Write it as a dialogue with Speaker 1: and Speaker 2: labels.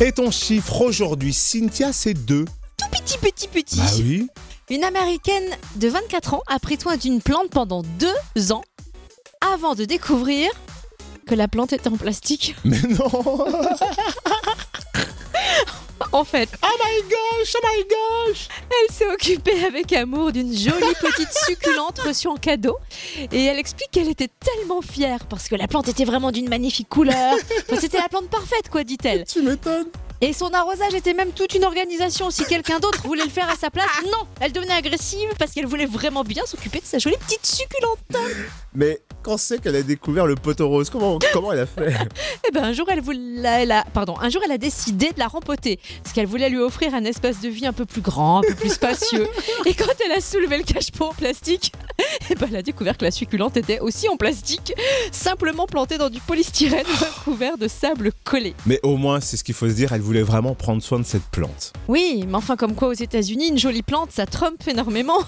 Speaker 1: Et ton chiffre aujourd'hui, Cynthia, c'est 2.
Speaker 2: Tout petit, petit, petit.
Speaker 1: Bah oui.
Speaker 2: Une américaine de 24 ans a pris soin d'une plante pendant deux ans avant de découvrir que la plante était en plastique.
Speaker 1: Mais non
Speaker 2: En fait,
Speaker 1: Oh my gosh, oh my gosh
Speaker 2: elle s'est occupée avec amour d'une jolie petite succulente reçue en cadeau. Et elle explique qu'elle était tellement fière parce que la plante était vraiment d'une magnifique couleur. Enfin, C'était la plante parfaite, quoi, dit-elle.
Speaker 1: Tu m'étonnes.
Speaker 2: Et son arrosage était même toute une organisation. Si quelqu'un d'autre voulait le faire à sa place, non, elle devenait agressive parce qu'elle voulait vraiment bien s'occuper de sa jolie petite succulente.
Speaker 1: Mais quand c'est qu'elle a découvert le poteau rose comment, comment elle a fait
Speaker 2: Et ben un jour elle voulait, elle a- pardon, un jour elle a décidé de la rempoter parce qu'elle voulait lui offrir un espace de vie un peu plus grand, un peu plus spacieux. Et quand elle a soulevé le cache-pot en plastique, et ben elle a découvert que la succulente était aussi en plastique, simplement plantée dans du polystyrène couvert de sable collé.
Speaker 1: Mais au moins, c'est ce qu'il faut se dire, elle voulait vraiment prendre soin de cette plante.
Speaker 2: Oui, mais enfin comme quoi aux États-Unis, une jolie plante ça trompe énormément.